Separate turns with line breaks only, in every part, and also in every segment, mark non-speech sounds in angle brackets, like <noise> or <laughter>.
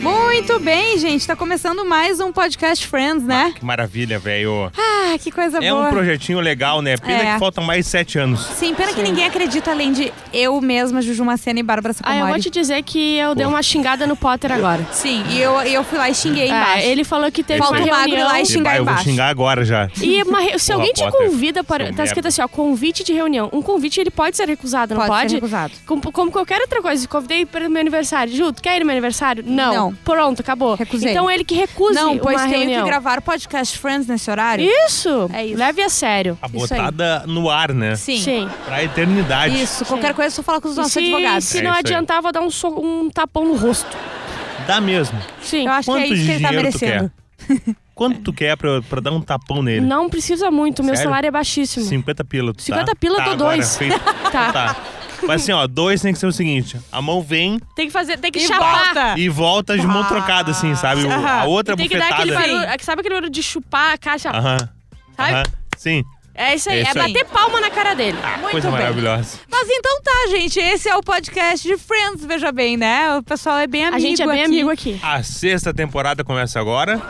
Muito bem, gente. Tá começando mais um podcast Friends,
É?
né?
Que maravilha, velho.
Ah, que coisa
É
boa.
um projetinho legal, né? Pena
É.
que faltam mais sete anos.
Sim, pena que ninguém acredita além de eu mesma, Juju Macena e Bárbara
Ah,
Sacomori.
eu vou te dizer que eu dei uma xingada no Potter agora.
Sim, e eu, e eu fui lá e xinguei embaixo.
É, ele falou que teve
Falta
uma
o
magro
reunião.
lá e xingar
Bah, eu vou
embaixo.
xingar agora já.
E uma re- se
Porra,
alguém te
Potter,
convida para.
seu
Tá escrito
merda.
assim, ó, convite de reunião. Um convite ele pode ser recusado, não
Pode ser
pode?
recusado.
Com- Como, qualquer outra coisa, convidei para o meu aniversário. Ju, tu quer ir no meu aniversário? Não.
Não.
Pronto, acabou.
Recusei.
Então ele que recuse
Não, pois
uma
tenho
reunião.
que gravar podcast Friends nesse horário.
Isso.
É isso.
Leve a sério.
A
Isso aí.
botada no ar, né?
Sim.
Sim.
Pra eternidade.
Isso, qualquer coisa é só falar com os nossos
se,
advogados.
se
É
não
isso aí.
adiantar, eu vou dar um, so- um tapão no rosto.
Dá mesmo.
Sim.
Eu acho que é
Quanto
isso que ele tá
dinheiro tu
merecendo.
Quanto tu quer pra, pra dar um tapão nele?
Não precisa muito, meu
Sério?
salário é baixíssimo.
50 pila, tu
50
tá?
pila, eu
tá,
dou
agora,
dois. <laughs>
feito.
Tá.
tá. Mas assim, ó, dois tem que ser o seguinte: a mão vem
Tem que fazer, tem que
E
chapar.
volta.
e volta de mão trocada, assim, sabe? O- a
Aham.
outra
Ah. E tem que dar
bufetada.
aquele barulho.
Sim.
é que Sabe aquele barulho de chupar a caixa?
Aham.
Sabe?
Aham. Sim.
É isso aí.
É
É,
isso aí. Ah,
bater palma na cara dele.
Muito
Coisa
bem.
maravilhosa.
Mas então tá, gente. Esse é o podcast de Friends, veja bem, né? O pessoal é bem amigo
a gente é bem
aqui.
amigo aqui.
A sexta temporada começa agora.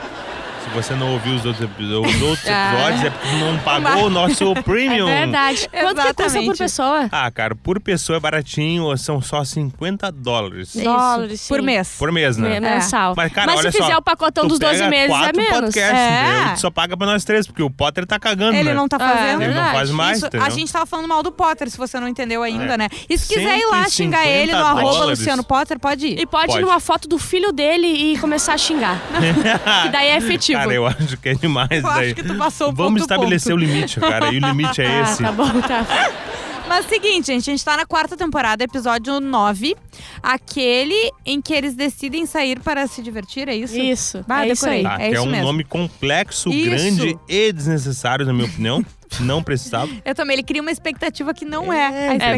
Se você não ouviu os outros, epi- os outros
Ah.
episódios, é porque não pagou o nosso
<laughs> É
premium.
verdade. Quanto que custa
Exatamente.
por pessoa?
Ah, cara, por pessoa é baratinho, são só 50 dólares
Isso,
Dólares, sim.
Por mês.
por mês, né?
É.
Mensal.
Mas, cara, olha
é se fizer
só,
o pacotão
tu
dos 12
pega
meses, é
quatro
menos.
podcasts,
É.
entendeu? Tu só paga pra nós três, porque o Potter tá cagando,
Ele
né? <laughs>
não tá
Ah, é
fazendo.
Ele não
verdade.
faz mais,
Isso,
entendeu?
a gente tava falando mal do Potter, se você não entendeu ainda,
É.
né? E se quiser ir lá
150
xingar ele no arroba
dólares.
Luciano Potter, pode ir.
É. E pode,
Pode.
ir numa foto do filho dele e começar a xingar. que daí é efetivo.
Cara, eu acho que é demais
Eu
daí.
acho que tu passou um ponto,
Vamos estabelecer o limite, cara. E o limite é
Ah,
esse.
tá bom, tá.
Mas seguinte, gente, a gente tá na quarta temporada, episódio 9. Aquele em que eles decidem sair para se divertir, é isso?
<laughs> Isso.
Bah,
é isso
decorei.
aí.
Tá,
É
que é
isso
um
mesmo.
nome complexo,
Isso.
grande e desnecessário, na
<laughs>
minha opinião. Não precisava.
Eu também, ele cria uma expectativa que não é. a
É
Entendeu?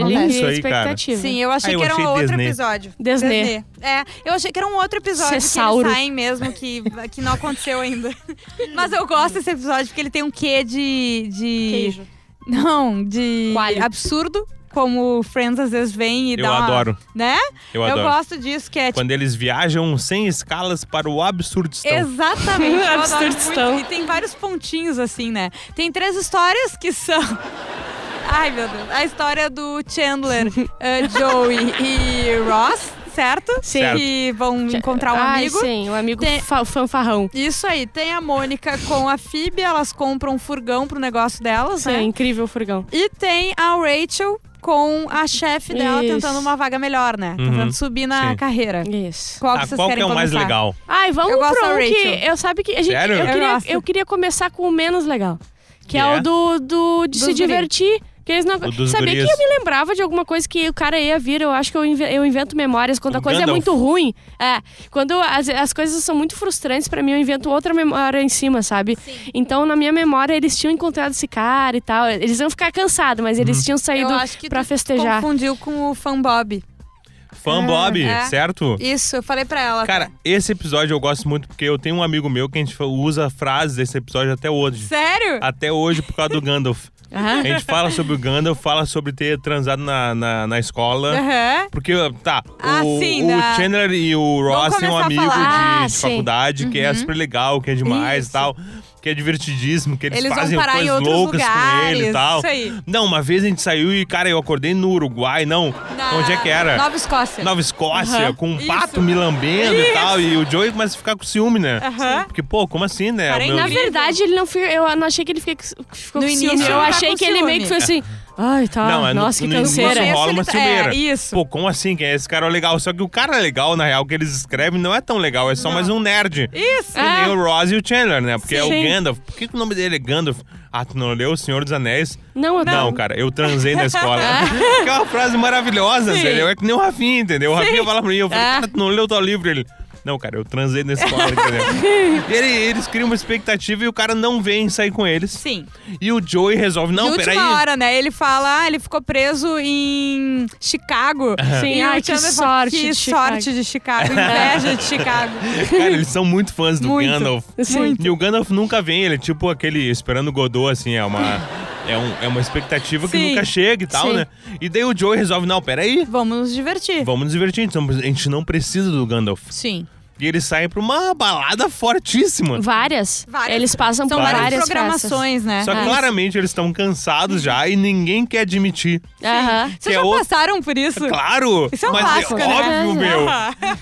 É
ele
isso
cria
aí, cara.
expectativa.
Sim, eu achei
Ah, eu
que era um
achei
outro
Disney.
episódio.
Disney.
É, eu achei que era um outro episódio que
Cessauro.
eles saem mesmo, que, que não aconteceu ainda. <laughs> Mas eu gosto desse episódio porque ele tem um quê de. de
Queijo.
Não, de
Coalho.
absurdo, como Friends às vezes vem e
Eu
dá uma-
adoro.
Né?
Eu adoro.
gosto disso, que é tipo,
Quando eles viajam sem escalas para o
<laughs>
absurdistão.
Exatamente. eu adoro
Absurdistão.
muito. E tem vários pontinhos assim, né? Tem três histórias que são. <laughs> Ai, meu Deus. A história do <laughs> Chandler, eh, Joey e Ross, certo?
Sim.
Certo.
Que vão encontrar um
Ai,
amigo.
sim, um amigo
Tem-
fa- fanfarrão.
Isso aí, tem a Mônica com a Phoebe, elas compram um furgão pro negócio delas,
Sim,
né?
incrível o furgão.
E tem a Rachel com a chefe dela
Isso.
tentando uma vaga melhor, né?
Uhum.
Tentando subir na
Sim.
carreira.
Isso.
Qual que
Ah,
vocês
qual que
querem
é o mais
começar?
legal?
Ai, vamos
Eu gosto
pra
da
um que.
Rachel.
Eu sabe que. A gente,
Sério?
Eu,
Eu
queria,
gosto.
eu queria começar com o menos legal. Que é
Que é?
o do, do- de
Dos
se
guri.
divertir. Que eles não.
O dos
Sabia
guris.
que eu me lembrava de alguma coisa que o cara ia vir. Eu acho que eu, inve- eu invento memórias. Quando
O
a coisa é
Gandalf.
muito ruim. É. Quando as, as coisas são muito frustrantes pra mim, eu invento outra memória em cima, sabe? Então, na minha memória, eles tinham encontrado esse cara e tal. Eles iam ficar cansados, mas
Uhum.
eles tinham
Eu
saído
acho que
pra
tu
festejar.
confundiu com o Fanbob.
Fã Bob,
é.
certo?
Isso, eu falei pra ela.
Cara, esse episódio eu gosto muito porque eu tenho um amigo meu que a gente usa frases desse episódio até hoje.
Sério?
Até hoje por
<laughs>
causa do Gandalf.
Aham.
A gente fala sobre o Gandalf, fala sobre ter transado na, na, na escola.
Aham.
Porque, tá,
Ah,
o,
sim,
o
da-
Chandler e o Ross têm um
começar a
amigo de,
falar. Uhum.
Ah,
de
sim.
faculdade que é super legal, que é demais e
Isso.
tal. Que é divertidíssimo, que eles,
Eles vão
fazem
parar em
coisas
outros
loucas com ele
lugares,
e tal.
isso aí.
Não, uma vez a gente saiu e, cara, eu acordei no Uruguai, não.
Na-
Onde é que era?
Nova Escócia.
Nova Escócia,
Aham.
com um
Isso.
pato me lambendo e tal. E o Joey começa a ficar com ciúme, né?
Aham.
Porque, pô, como assim, né?
Cara,
Meu-
Na
Incrível.
verdade, ele não fica. Eu não achei que ele fica, ficou
No
com
início,
ciúme.
ele
Eu
tá
achei
com
que ele meio que foi assim. Ai, tá.
Não, é no-
nossa, que
no início
canseira.
No
rola uma
começo ele tá-
ciumeira.
é, isso.
Pô, como assim? Quem é esse cara legal? Só que o cara é legal, na real, que eles escrevem não é tão legal. É só mais um nerd.
Isso.
Que nem o Ross e o Chandler, né? Porque é o
Ah. Sim.
Gandalf. Por que, que o nome dele é Gandalf? Ah, tu não leu O Senhor dos Anéis?
Não, eu
Não, cara, eu transei na
<laughs>
escola. que é uma frase maravilhosa,
Sim. Ah.
entendeu? É que nem o Rafinha, entendeu? O Rafinha fala pra mim, eu falo, cara, tu não leu teu livro? Ele, não, cara, eu transei na
<laughs>
escola, entendeu? E ele- eles criam uma expectativa e o cara não vem sair com eles.
Sim.
E o Joey resolve,
De
não,
última
peraí.
hora, né? Ele fala, ah, ele ficou preso em Chicago.
Sim,
E o
ai, que
Chandler
sorte
Que
de
sorte de Chicago. Inveja de
<laughs>
Chicago.
Cara, eles são muito fãs do
Muito.
Gandalf.
Sim.
E o Gandalf nunca vem, ele é tipo aquele esperando o Godot, assim, é uma, é um- é uma expectativa que
Sim.
nunca chega e tal,
Sim.
né? E daí o Joey resolve, não, peraí,
Vamos nos divertir.
vamos nos divertir, então a gente não precisa do Gandalf.
Sim.
E eles saem pra uma balada fortíssima.
Várias.
Várias.
Eles passam
São
por
várias,
várias,
programações, né?
Só que claramente eles estão cansados já e ninguém quer admitir.
festas. Aham.
Vocês
que é
já
outro-
passaram por isso?
Claro!
Isso é um
mas
clássico,
é
né?
óbvio, meu.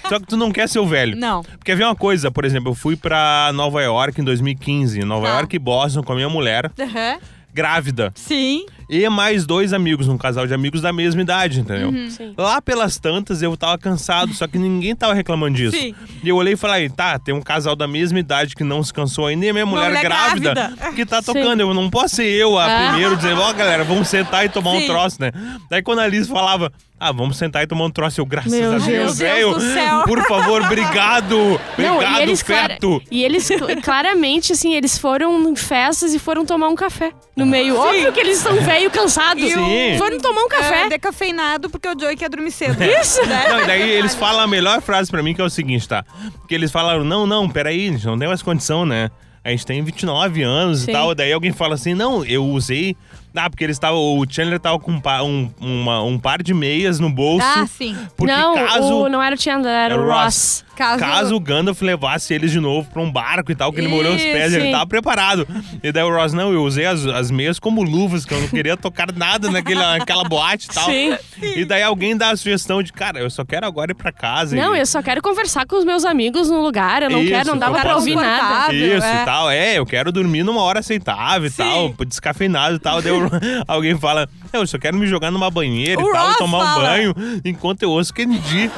Só que tu não quer ser o velho.
Não.
Porque vê uma coisa, por exemplo, eu fui pra Nova York em 2015. Nova
Tá.
York e Boston com a minha mulher,
Aham.
grávida.
Sim.
E mais dois amigos, um casal de amigos da mesma idade, entendeu?
Sim.
Lá pelas tantas eu tava cansado, só que ninguém tava reclamando disso.
Sim.
E eu olhei e falei, tá, tem um casal da mesma idade que não se cansou ainda e a minha mulher,
mulher
grávida,
grávida.
que tá tocando. Eu não posso ser eu a
Ah.
primeiro dizer, ó, galera, vamos sentar e tomar
Sim.
um troço, né? Daí quando a Liz falava, ah, vamos sentar e tomar um troço, eu, graças
Meu
a
Deus.
Deus,
Meu
velho,
Deus do céu.
por favor, obrigado,
Não,
obrigado,
e eles, clara-
feto.
e eles
<laughs>
cl- claramente, assim, eles foram em festas e foram tomar um café no meio. Óbvio que eles estão velho cansados.
E o-
Foram tomar um
É, né?
café.
decafeinado porque o Joey quer dormir cedo.
Isso.
É. Não, e daí eles falam a melhor frase pra mim, que é o seguinte, tá? Porque eles falaram, não, não, peraí, a gente não tem mais condição, né? A gente tem 29 anos
Sim.
e tal. Daí alguém fala assim, não, eu usei... Ah, porque eles estavam... O Chandler tava com um, pa- um- uma- um par de meias no bolso.
Ah, sim.
Porque
não,
caso... é
o, não era o Chandler, era,
Era
o Ross.
Caso,
Caso o Gandalf levasse eles de novo pra um barco e tal, que ele molhou os pés,
Isso,
ele
sim.
tava preparado. E daí o Ross, não, eu usei as, as meias como luvas, que eu não queria tocar nada naquela, naquela boate e tal.
Sim.
E daí alguém dá a sugestão de, cara, eu só quero agora ir pra casa.
Não,
e...
eu só quero conversar com os meus amigos no lugar. Eu não
Isso,
quero, não dá
eu
pra
posso-
ouvir nada.
saudável,
Isso
é.
e tal. É, eu quero dormir numa hora aceitável e
Sim.
tal, descafeinado e tal. Daí eu- <laughs> alguém fala, eu só quero me jogar numa banheira
O
e tal,
Ross
e tomar
fala.
um banho, enquanto eu ouço Kennedy.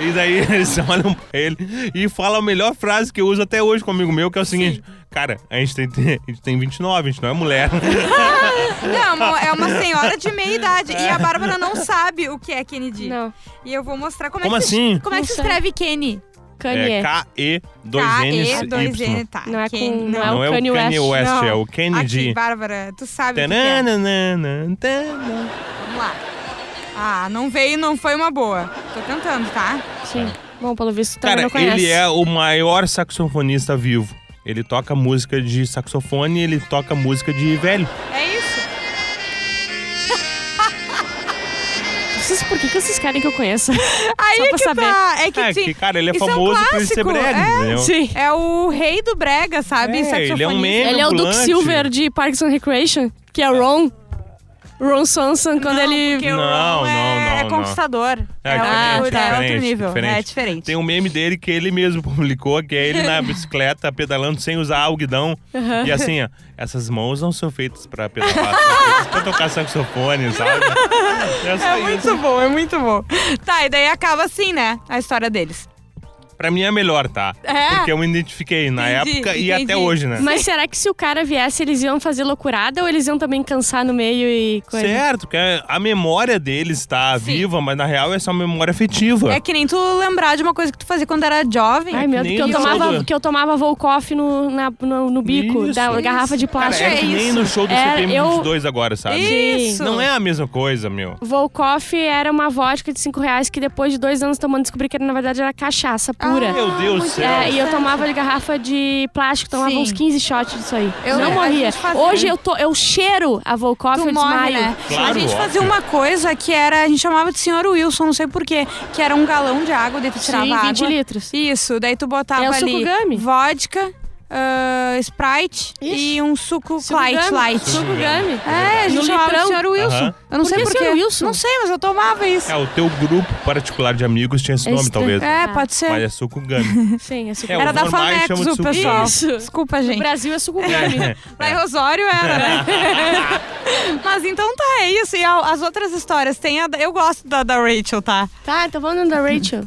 E daí <laughs> eles olham pra ele e falam a melhor frase que eu uso até hoje com um amigo meu, que é o seguinte. Cara, a gente, tem, <laughs> a gente tem 29, a gente não é mulher.
Não, mo- é uma senhora de meia idade. E a Bárbara não sabe o que é Kennedy.
Não,
E eu vou mostrar como,
Como
é que se-
assim?
como é que
Não
se
sei.
escreve Kenny.
Kanye.
É
K-E, Tá, dois
K-E-2-N-Y.
N, tá.
Não é com-
Kenny,
não
Não é o
Kanye
Kanye
West.
West,
Não.
é o
Aqui,
Kennedy.
Bárbara, tu sabe o que que é.
Tananana, tanana.
Vamos lá. Ah, não veio, não foi uma boa. Tô tentando, tá?
Sim. Bom, pelo visto, também
Cara,
não conhece.
ele é o maior saxofonista vivo. Ele toca música de saxofone, ele toca música de velho.
É isso.
Vocês, por que, que vocês querem que eu conheça?
Aí
Só
é
pra
que
saber.
tá. É que,
É,
sim,
que, cara, ele é
isso um
famoso por ele ser
clássico,
brega,
é.
entendeu?
Sim.
É o rei do brega, sabe?
É,
Saxofonista.
ele é um meme.
Ele é o Duke
ambulante.
Silver de Parks and Recreation, que é o Ron. Ron Swanson, quando
Não,
ele...
porque o
Não,
Ron é,
não,
é
não,
conquistador.
É,
outro-
diferente,
é outro
diferente,
nível.
diferente.
É diferente.
Tem um meme dele que ele mesmo <laughs> publicou, que é ele
<laughs>
na bicicleta pedalando sem usar o guidão. E assim, ó, essas mãos não são feitas pra pedalar, são feitas pra tocar saxofone, sabe? É, só
<laughs> É
isso.
muito bom, é muito bom. Tá, e daí acaba assim, né? A história deles.
Pra mim é melhor, tá?
É?
Porque eu me identifiquei na
Entendi,
época e
entendi.
até hoje, né?
Mas será que se o cara viesse, eles iam fazer loucurada ou eles iam também cansar no meio e coisa?
Certo, porque a memória deles está
Sim.
viva, mas na real é só memória afetiva.
É que nem tu lembrar de uma coisa que tu fazia quando era jovem.
Ai, meu
que
Deus, que eu
nem isso
tomava,
do-
que eu tomava Volcoff no, na- no, no bico
Isso.
da garrafa de
Cara,
plástico.
é que nem no show do
Era- eu...
CPM22 agora, sabe?
Isso.
Não é a mesma coisa, meu.
Volkoff era uma vodka de 5 reais que depois de dois anos tomando descobri que era, na verdade era cachaça pura.
Meu Deus do
muito
céu.
É, e eu tomava de garrafa de plástico, tomava
Sim.
uns 15 shots disso aí.
Eu-
Eu
é,
não
a
morria.
gente fazia.
Hoje eu, tô, eu cheiro a Volkoff, eu
Tu morre,
desmaio.
né?
Claro,
a gente
óbvio.
fazia uma coisa que era, a gente chamava de senhor Wilson, não sei porquê, que era um galão de água, daí tu tirava
Sim,
água.
20 litros.
Isso, daí tu botava
É o suco
ali
gummy.
vodka, ah, Sprite
Ixi.
e um suco,
Suco
light,
gami.
light.
Suco gami.
É, a gente
No
chamava de
litrão.
senhor Wilson.
Aham.
Eu não
Por
sei
que
porquê.
senhor Wilson?
Não sei, mas eu tomava isso.
É, o teu grupo particular de amigos tinha esse nome,
Esse-
talvez.
É,
Ah.
pode ser.
Mas é sucugami.
Sim, é suco
É,
Era
os
da
normais
Famex
chamam de
o
suco
pessoal.
gummy.
Isso.
Desculpa,
No
gente.
Brasil é suco gummy.
Lá em Rosório era,
<laughs>
né? Mas então tá, é isso. E a- as outras histórias, tem a, da- eu gosto da, da Rachel, <laughs> tá?
tá, então vamos da Rachel.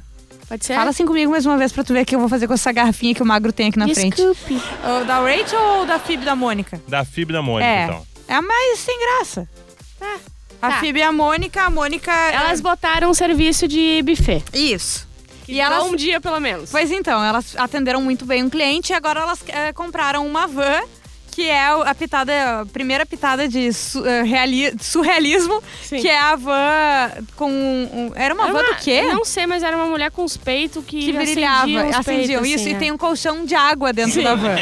Pode ser?
Fala assim comigo mais uma vez pra tu ver o que eu vou fazer com essa garrafinha que o Magro tem aqui na frente.
Desculpe.
Ou da Rachel ou da Phoebe da Mônica?
da Fib da Mônica,
é.
então.
É a mais sem graça. A
Tá.
Phoebe e a Mônica, a Mônica... é
Elas botaram um serviço de buffet.
Isso. E
Só
elas...
um dia, pelo menos.
Pois então, elas atenderam muito bem o cliente e agora elas eh, compraram uma van que é o- a pitada, a primeira pitada de su- eh, reali- surrealismo,
Sim.
que é a van com um- um- era uma van do quê?
Não sei, mas era uma mulher com os peitos que,
que brilhava,
acendiam os
acendiam
peitos,
isso
assim,
e um
é.
tem um colchão de água dentro da van.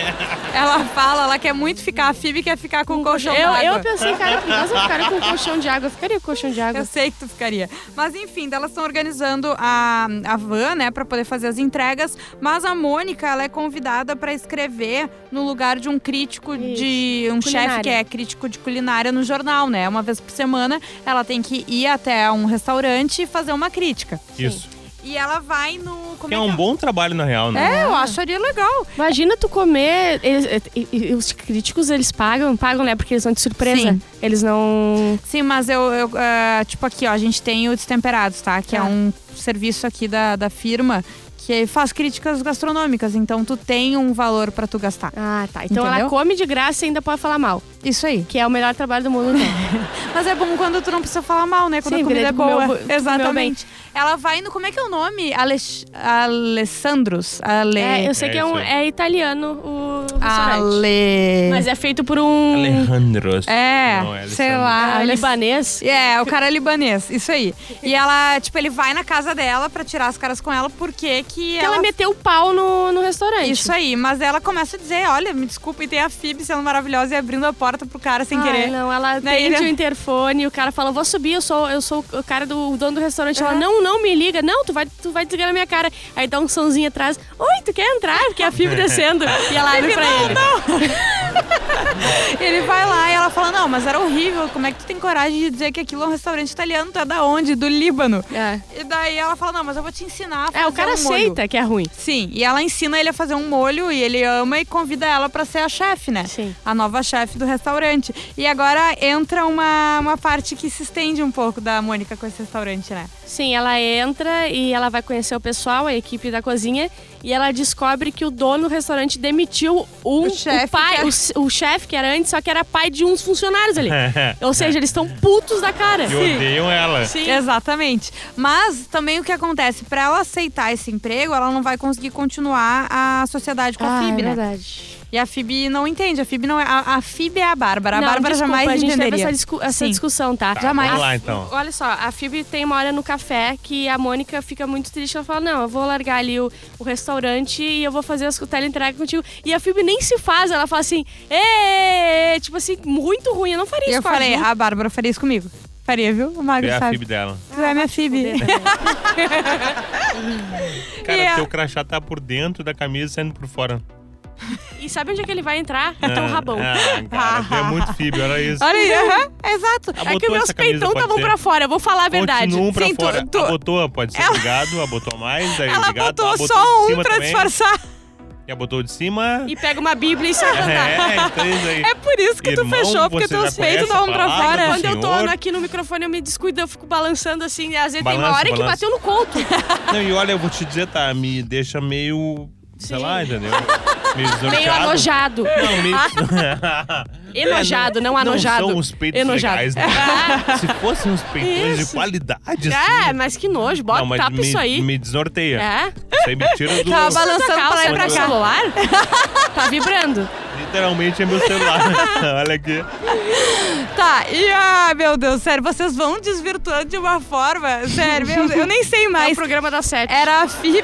Ela fala, ela quer muito ficar, a Phoebe quer ficar com o colchão
eu,
d'água.
eu pensei, cara, por que elas não ficaram com o colchão de água? Eu ficaria com o colchão de água.
Eu sei que tu ficaria. Mas enfim, daí elas estão organizando a, a van, né, pra poder fazer as entregas. Mas a Mônica, ela é convidada pra escrever no lugar de um crítico de. um chefe
Culinária.
que é crítico de culinária no jornal, né? Uma vez por semana ela tem que ir até um restaurante e fazer uma crítica.
Isso.
E ela vai no. Como
Que é um bom trabalho, na real, né?
É, eu acharia legal.
Imagina tu comer. eles- e- e- e os críticos, eles pagam, pagam, né? Porque eles vão de surpresa.
Sim.
Eles não.
Sim, mas eu, eu, ah, tipo aqui, ó, a gente tem o Destemperados, tá? Que é
Tá.
um serviço aqui da, da firma que faz críticas gastronômicas, então tu tem um valor pra tu gastar.
Ah, tá. Então
Entendeu?
ela come de graça e ainda pode falar mal.
Isso aí.
Que é o melhor trabalho do <laughs> mundo. Né?
Mas é bom quando tu não precisa falar mal, né? Quando
Sim,
a comida é
porque daí tu
boa.
comeu bo- comeu
Exatamente. Ela vai no. Como é que é o nome? Alex, Alessandros? Ale.
É, eu sei
É
que é,
isso
um,
aí.
é italiano o restaurante.
Ale.
Mas é feito por um.
Alejandros.
É,
Não, é
sei
Alessandro.
lá.
ah,
Aless-
libanês.
É, o cara é libanês, isso aí. E ela, tipo, ele vai na casa dela pra tirar as caras com ela, porque que
Ela, é
ela...
meteu o pau no, no restaurante.
Isso aí, mas ela começa a dizer, olha, me desculpa, e tem a Phoebe sendo maravilhosa e abrindo a porta pro cara sem
Ai,
querer.
Não, ela
Na
atende
ilha.
o interfone, o cara fala, "Eu vou subir, eu sou, eu sou o cara do o dono do restaurante. Ela, não, não me liga, não, tu vai, tu vai desligar na minha cara. Aí dá um sonzinho atrás, oi, tu quer entrar? Porque é a Phoebe descendo. E ela abre pra ele.
<laughs> Ele vai lá e ela fala, não, mas era horrível, como é que tu tem coragem de dizer que aquilo é um restaurante italiano, tu é da onde? Do Líbano.
É.
E daí ela fala, não, mas eu vou te ensinar a fazer
É, o cara
um molho."
aceita que é ruim.
Sim, e ela ensina ele a fazer um molho e ele ama e convida ela pra ser a chefe, né?
Sim.
A nova chefe do restaurante. E agora entra uma, uma parte que se estende um pouco da Mônica com esse restaurante, né?
Sim, ela entra e ela vai conhecer o pessoal, a equipe da cozinha, e ela descobre que o dono do restaurante demitiu um,
O chefe
o pai,
que é. era-
o, s- o chefe que era antes, só que era pai de uns funcionários ali. Ou seja, eles estão putos da cara.
E odeiam ela.
Sim.
Exatamente. Mas também o que acontece, pra ela aceitar esse emprego, ela não vai conseguir continuar a sociedade com a
Ah,
Fib,
é
né?
verdade.
E a Fib não entende, a Fib não é a, a Fib é a Bárbara, a
Não,
Bárbara
desculpa,
jamais
a gente teve
entenderia.
essa, discu- essa
Sim.
discussão, tá?
Tá,
Jamais.
Vamos lá, então.
Olha só, a Phoebe tem uma hora no café que a Mônica fica muito triste. Ela fala, não, eu vou largar ali o, o restaurante e eu vou fazer as cutela entrega contigo. E a Phoebe nem se faz, ela fala assim, "Ê, ê, ê", tipo assim, muito ruim, eu não faria
E
isso
eu
com a
falei,
Ju.
a Bárbara faria isso comigo. Faria, viu? O Magro
É a
sabe.
fib dela.
Tu é minha Fib.
Cara,
E a-
teu crachá tá por dentro da camisa saindo por fora.
E sabe onde é que ele vai entrar? No teu
Ah,
rabão.
Ah, cara, tu é muito fib, olha isso.
<laughs> Olha aí, aham, exato.
Ah,
É que
botou
meus
essa camisa,
peitão
pode
estavam
ser.
pra fora, eu vou falar a verdade.
Continua um pra
Sim, tu-
fora.
tu-
Abotou, pode ser ligado, abotou mais, aí
Ela
ligado,
botou
abotou
só
de
um
cima
pra
também,
disfarçar.
E abotou de cima.
E pega uma bíblia e sai andar.
É, três
<laughs>
aí.
É por isso que tu
Irmão,
fechou, porque
você
teus
já conhece
peitos dão um
a
pra
palavra
fora.
do
Quando eu tô
senhor.
aqui no microfone, eu me descuido, eu fico balançando assim. Às vezes tem uma
Balança,
hora que
balança.
bateu
<laughs>
no conto.
Não, e olha, eu vou te dizer, tá, me deixa meio. Sei
Sim.
lá,
<laughs>
entendeu? Meio
Meio
desnorteado.
anojado. <laughs>
Não, meio. É,
Enojado, não anojado.
Não são uns peitos
Enojado.
legais,
<laughs>
né? Se fossem uns peitões de
Isso.
qualidade, assim.
É, mas que nojo. Bota,
não, mas
tapa
me,
isso aí.
me desnorteia.
É.
Isso aí me
<laughs>
tira
Tá
do.
bala-
Essa
Balançando pra lá e
calça
pra
do
cá.
celular? tá vibrando.
<laughs>
Literalmente é meu celular. <laughs> olha
<laughs>
aqui.
Tá, e ah, meu Deus, sério, vocês vão desvirtuando de uma forma. Sério, meu Deus, eu nem sei
é o
mais.
programa da sete.
Era a Fib.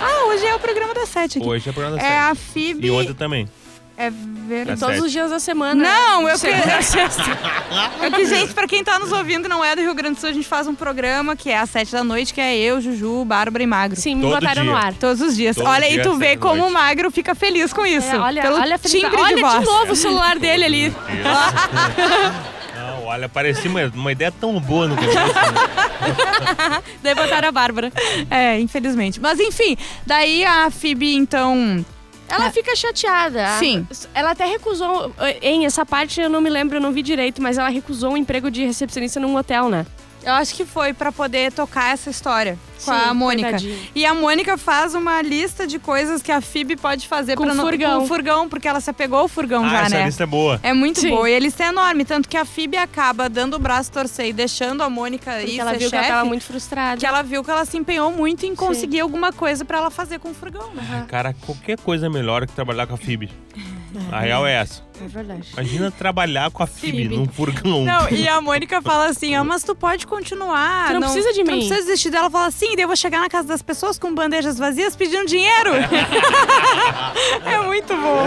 Ah, hoje é o programa da sete aqui.
Hoje é programa da
É a
série.
Fib.
E ontem também.
É verdade.
Tá
Todos
certo.
os dias da semana.
Não, eu que...
Segunda <laughs> a sexta.
é que, gente, pra quem tá nos ouvindo e não é do Rio Grande do Sul, a gente faz um programa que é às sete da noite, que é eu, Juju, Bárbara e Magro.
Sim, me
Todo
botaram
dia.
no ar.
Todos os dias.
Todo
olha,
dia,
e tu
às
vê
sete da
como o
noite.
Magro fica feliz com isso.
É, olha,
pelo
olha a
timbre
felicidade.
de
Olha de,
voz. <laughs>
novo o celular dele ali.
<laughs> Não, olha, parecia uma, uma ideia tão boa no começo.
Daí botaram a Bárbara. É, infelizmente. Mas enfim, daí a Phoebe, então.
Ela fica chateada.
Sim.
Ela até recusou. Em essa parte eu não me lembro, eu não vi direito, mas ela recusou um emprego de recepcionista num hotel, né?
Eu acho que foi pra poder tocar essa história com
Sim,
a Mônica.
coitadinha.
E a Mônica faz uma lista de coisas que a Phoebe pode fazer
Com
pra não.
furgão.
Com o furgão, porque ela se apegou ao furgão
ah,
já,
essa
né?
lista é boa.
É muito
Sim.
boa. E a lista é enorme. Tanto que a Phoebe acaba dando o braço torcer e deixando a Mônica
Porque
ir
ela
ser
viu que
é
ela
chefe,
tava muito frustrada.
que ela viu que ela se empenhou muito em conseguir alguma coisa pra ela fazer com o furgão, né?
Cara, qualquer coisa é melhor que trabalhar com a FIB. A real é essa.
É verdade.
Imagina trabalhar com a FIB
Phoebe.
num furgão.
Não, e a Mônica fala assim: ah, mas tu pode continuar.
Tu não precisa de
tu não
mim."
precisa desistir dela. Ela fala assim: daí eu vou chegar na casa das pessoas <laughs> com bandejas vazias pedindo dinheiro. é muito bom.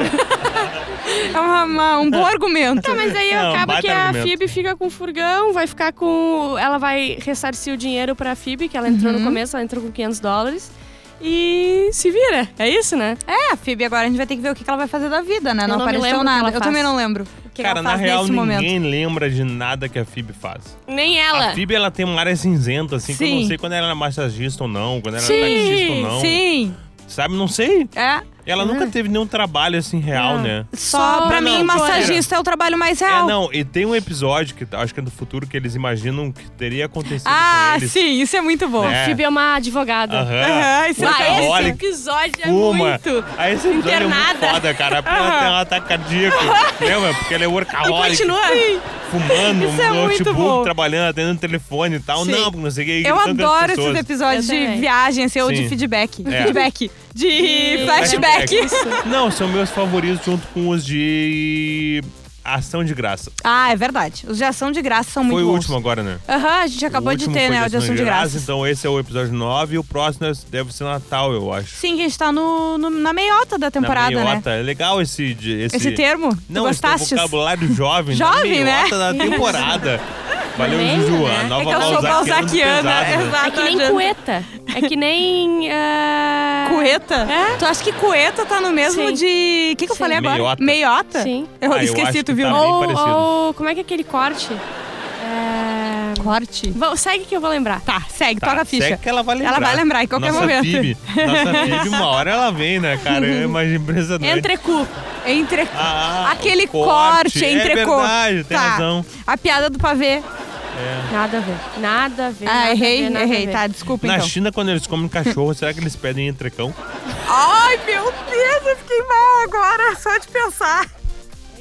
É uma- uma- um bom argumento.
Tá, mas aí
É, um
acaba
baita
que a
argumento.
FIB fica com o furgão, vai ficar com. Ela vai ressarcir o dinheiro pra FIB, que ela entrou
Uhum.
no começo, ela entrou com 500 dólares. E se vira. É isso, né?
É, a Phoebe agora a gente vai ter que ver o que que ela vai fazer da vida, né?
Eu
Não,
não me lembro o
apareceu
que
nada.
ela
Eu
faz.
também não lembro. O que
Cara,
ela faz
na real,
nesse momento.
ninguém lembra de nada que a Phoebe faz.
Nem ela.
A Phoebe, ela tem um uma área cinzenta, assim, que eu
Sim.
não sei quando ela era massagista ou não, quando ela
Sim,
era taxista ou não.
sim.
Sabe, não sei.
É.
Ela nunca teve nenhum trabalho, assim, real, né?
Só,
Só
pra
não,
mim,
não,
massagista é o trabalho mais real.
É, não, e tem um episódio que acho que é do futuro que eles imaginam que teria acontecido
ah,
com eles.
sim, isso é muito bom.
Né?
A Phoebe é uma advogada.
Aham.
Aham, isso é
Ah,
legal.
esse
Workaholic,
episódio é
Fuma.
muito.
Aí esse episódio é muito
Internada.
foda, cara. Porque ela tem um ataque cardíaco.
<laughs>
Lembra? Porque ela é
E
workaholic.
continua.
Fumando,
Isso é
no
muito
notebook,
bom.
trabalhando, atendendo telefone e tal.
Sim.
Não, porque não sei o que.
Eu
gritando com as
adoro esses
pessoas.
episódios
Eu
de
também.
viagem, assim, ou de
Sim.
feedback.
É.
Feedback. De
E-
flashback.
Não, são meus favoritos junto com os de ação de graça.
Ah, é verdade. Os de ação de graça são
Foi
muito
o
bons.
último agora, né?
Aham, a gente acabou
O
de
último
ter,
foi
né, o de ação de graça.
Então esse é o episódio 9 e o próximo é, deve ser Natal, eu acho.
Sim, que a gente tá no, no- na meiota da temporada,
na
né?
meiota. É legal esse... de- Esse,
Esse termo?
Não,
tu
esse teu
gostastes?
vocabulário jovem.
Jovem,
na
né? <laughs>
meiota da temporada. Valeu,
Meio,
Juju.
né?
A
É
É
nova
que eu sou
Balzaciana do
balzaquiana.
pesado, né?
Exato.
É que nem
adianta.
cueta. É que nem. ah,
Cueta?
É.
Tu acha que cueta tá no mesmo
Sim.
de. O que, que eu
Sim.
falei agora?
Meiota.
Meiota?
Sim.
Eu
Ah, eu
esqueci,
acho
tu
que
viu?
tá
Ou
bem
Ou,
parecido.
ou. Como é que é aquele corte? É...
Corte.
Vou- segue que eu vou lembrar.
Tá, segue,
Tá,
toca a ficha.
segue que ela vai lembrar.
vai lembrar em qualquer
nossa
momento.
Phoebe, nossa Phoebe, uma hora ela vem, né, cara? É mais impressionante.
Entrecu.
Entre.
Ah,
Aquele
o
corte,
É
entrecô.
verdade, tem
Tá.
razão.
A piada do pavê.
Nada a ver. Nada a ver. nada
Ah,
a
errei,
ver, nada a
errei.
ver.
Tá, desculpa
Na
então.
China, quando eles comem cachorro, será que eles pedem entrecão?
Ai, meu Deus, eu fiquei mal agora, só de pensar.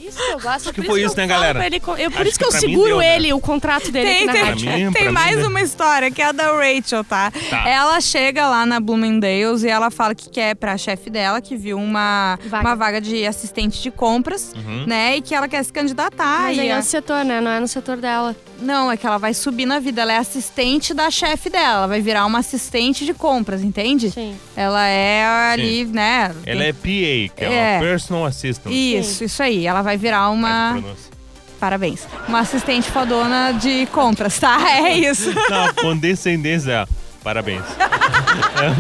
É Isso que eu gosto. Acho
que foi isso, né, galera?
Ele, co- eu, por
Acho
isso que,
que
eu
pra mim
seguro
deu, né?
ele, o contrato dele aqui
Tem,
na
tem,
rádio.
Pra mim,
tem
pra
mais
mim, né?
uma história, que é a da Rachel, tá?
Tá.
Ela chega lá na Bloomingdale's e ela fala que quer pra chefe dela, que viu uma
Vaga.
uma vaga de assistente de compras,
Uhum.
né? E que ela quer se candidatar.
Mas
e
aí é
a-
outro setor, né? Não é no setor dela.
Não, é que ela vai subir na vida. Ela é assistente da chefe dela. Ela vai virar uma assistente de compras, entende?
Sim.
Ela é ali, né?
Ela é PA, que é,
É.
uma personal assistant.
Isso, isso aí. Ela vai virar
Ai,
uma.
que pronúncia.
Parabéns. Uma assistente fodona de compras, tá? <laughs> É isso.
<laughs> Não, a condescendência. Parabéns. <laughs> É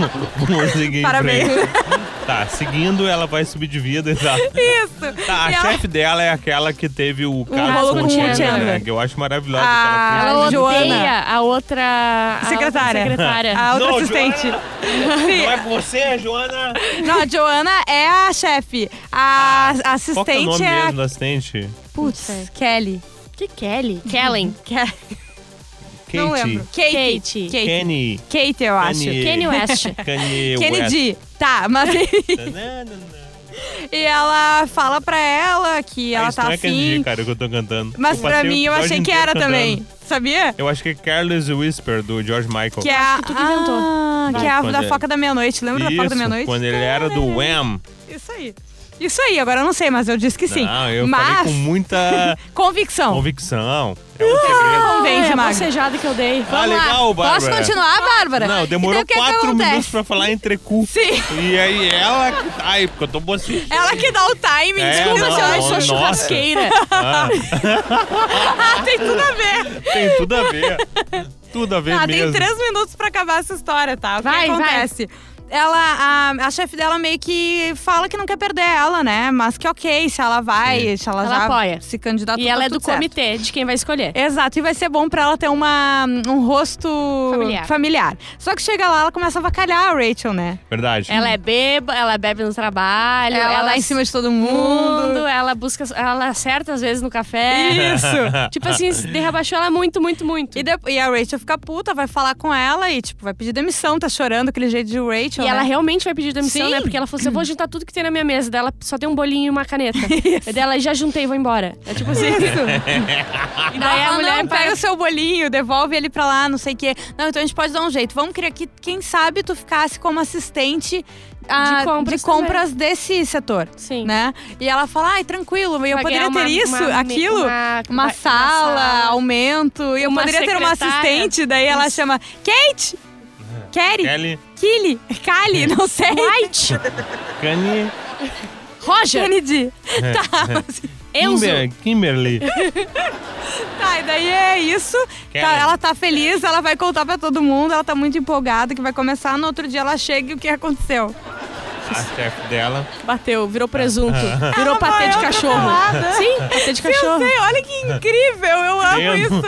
um, Vamos seguir em
Parabéns.
frente. Tá, seguindo, ela vai subir de vida, exato.
Isso.
Tá, a
E ela-
chefe dela é aquela que teve o caso
rolo
com o
com o
Chandler,
Chandler.
né? Que eu acho maravilhosa.
Ah,
que ela fez.
ela
Ela
Joana.
odeia a outra... a
Secretária.
outra secretária.
A outra
Não,
assistente.
<laughs> Não
Sim.
é você, Joana?
Não, a Joana é a chefe. A a
Qual que é o
assistente
nome
é a.
mesmo da assistente?
Putz, Kelly.
Que Kelly? Kellen.
Ke-
Katie.
Não lembro. Kate.
Kate.
Kate.
Kenny.
Kate, eu acho.
Kanye.
Kanye
<laughs>
West.
Kanye West.
Kennedy. Tá, mas. <laughs>
Nananana.
E ela fala pra ela que ela
Isso
tá
não é Kennedy,
afim.
cara, que eu tô cantando.
Mas
Eu
pra
passei o
mim eu
episódio
achei que
inteiro
era
cantando.
também. Sabia?
Eu acho que é Careless Whisper, do George Michael.
Que é a.
que tu que inventou.
Ah, que é a
Quando
da
é-
Foca da Meia-Noite. Lembra da Foca da
Isso,
Meia-Noite?
quando ele era do Wham.
Isso aí. Isso aí, agora eu não sei, mas eu disse que sim.
Não, Ah, eu
mas
falei com
<laughs>
muita
convicção.
convicção. É um segredo.
Convence,
é a
Magda.
bocejada que eu dei.
Tá
Ah, legal, Bárbara.
Posso continuar, Bárbara?
Não, demorou
Então, o que que
quatro
acontece?
minutos pra falar entrecu.
Sim.
E aí ela... que- Ai, porque eu
<laughs>
tô bocinho.
Ela que dá o timing,
É,
desculpa
não,
se eu
não,
sou
nossa. <laughs>
churrasqueira.
Ah,
Ah, tem tudo a ver.
tem tudo a ver. Tudo a ver
Ah, tem
mesmo.
três minutos pra acabar essa história, tá? O
Vai,
que
vai.
acontece? Ela, a, a chefe dela meio que fala que não quer perder ela, né? Mas que ok, se ela vai, se ela,
Ela
já
apoia.
se candidatar
E ela
tá
é do
tudo certo.
comitê de quem vai escolher.
Exato, e vai ser bom pra ela ter uma, um rosto
Familiar.
familiar. Só que chega lá, ela começa a vacalhar a Rachel, né?
Verdade.
Ela é bêbada, ela bebe no trabalho, é
Ela, lá em cima de todo mundo.
mundo, ela busca, ela acerta às vezes no café.
Isso.
<laughs>
Tipo assim, se derrabaixou ela muito, muito, muito.
E,
E,
de- e a Rachel fica puta, vai falar com ela e, tipo, vai pedir demissão, tá chorando aquele jeito de Rachel. né?
ela realmente vai pedir demissão,
Sim.
né? Porque ela falou assim: eu vou juntar tudo que tem na minha mesa. Dela só tem um bolinho e uma
<laughs>
caneta. E dela já juntei, vou embora. É tipo assim.
Isso.
E
Daí
daí a mulher
não,
para-
pega o seu bolinho, devolve ele pra lá, não sei o quê. Não, então a gente pode dar um jeito. Vamos criar que, quem sabe, tu ficasse como assistente ah,
De compras
de compras desse setor.
Sim.
Né? E ela fala, ai, tranquilo, eu
Vai
poderia
ganhar assim. é uma-
ter isso,
uma-
aquilo, uma,
uma- uma
sala, um
sala.
aumento, e eu
Uma
poderia ter uma
secretária.
assistente. Daí ela
Isso.
chama Kate, Kelly,
Kelly,
Killy, Kali, não sei.
White!
Kanye,
Roger!
<laughs> Kennedy.
É.
<laughs> Tá,
Enzo!
Kimber-
<laughs>
Kimberly.
Tá, e daí é isso.
Karen.
Tá, ela tá feliz, ela vai contar pra todo mundo, ela tá muito empolgada que vai começar. No outro dia ela chega e o que aconteceu?
A chefe dela.
Bateu, virou presunto.
Ah.
Virou
Ela
patê de
vai
cachorro.
atropelada.
Sim, patê de
Eu
cachorro.
sei, olha que incrível, eu amo
Entendo.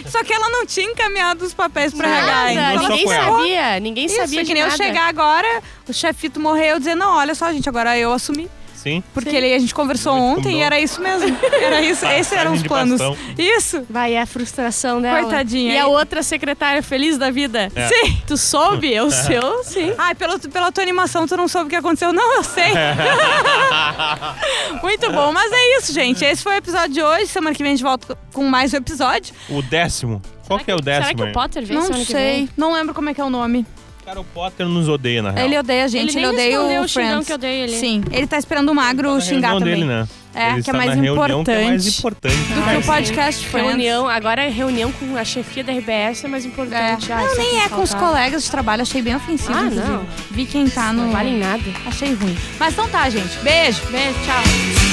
isso. Só que ela não tinha encaminhado os papéis pra RH.
Nada,
ainda.
Não só
ninguém
com ela.
sabia, ninguém
Isso, é
sabia
que
de
nem eu
nada.
chegar agora, o chefito morreu dizer, não, olha só, gente, agora eu assumi.
Sim.
Porque ele, a gente conversou
A gente
ontem e
combinou.
era isso mesmo. Era isso, esses eram
Passagem
os
de
planos.
bastão.
Isso.
Vai, é a frustração dela.
Coitadinha.
E a outra secretária feliz da vida.
É.
Sim. Tu
<laughs>
soube? Eu seu, sim.
Ai, pelo, pela tua animação, tu não soube o que aconteceu. Não, eu sei. Muito bom, mas é isso, gente. Esse foi o episódio de hoje. Semana que vem a gente volta com mais um episódio.
O décimo. Qual que é o décimo?
Será que
hein?
o Potter veio
não
semana que
sei,
vem?
não lembro como é que é o nome.
Cara, o Potter nos odeia, na real.
Ele odeia a gente, ele,
Ele nem
odeia
respondeu
o,
o xingão
Friends.
que eu dei ali.
Sim, ele tá esperando o magro
Na
xingar
reunião
também.
dele, né?
É,
Ele
que é
está
mais
na reunião que é mais
importante.
importante.
Do que o podcast Friends.
Reunião, agora é reunião com a chefia da RBS é mais
É.
importante. assim, Ai,
Não,
isso
nem
aqui
é com os
faltava.
colegas de trabalho, achei bem ofensivo.
Ah,
inclusive.
não.
Vi quem tá no.
Não vale nada.
Achei ruim. Mas então tá, gente. Beijo. Beijo, tchau.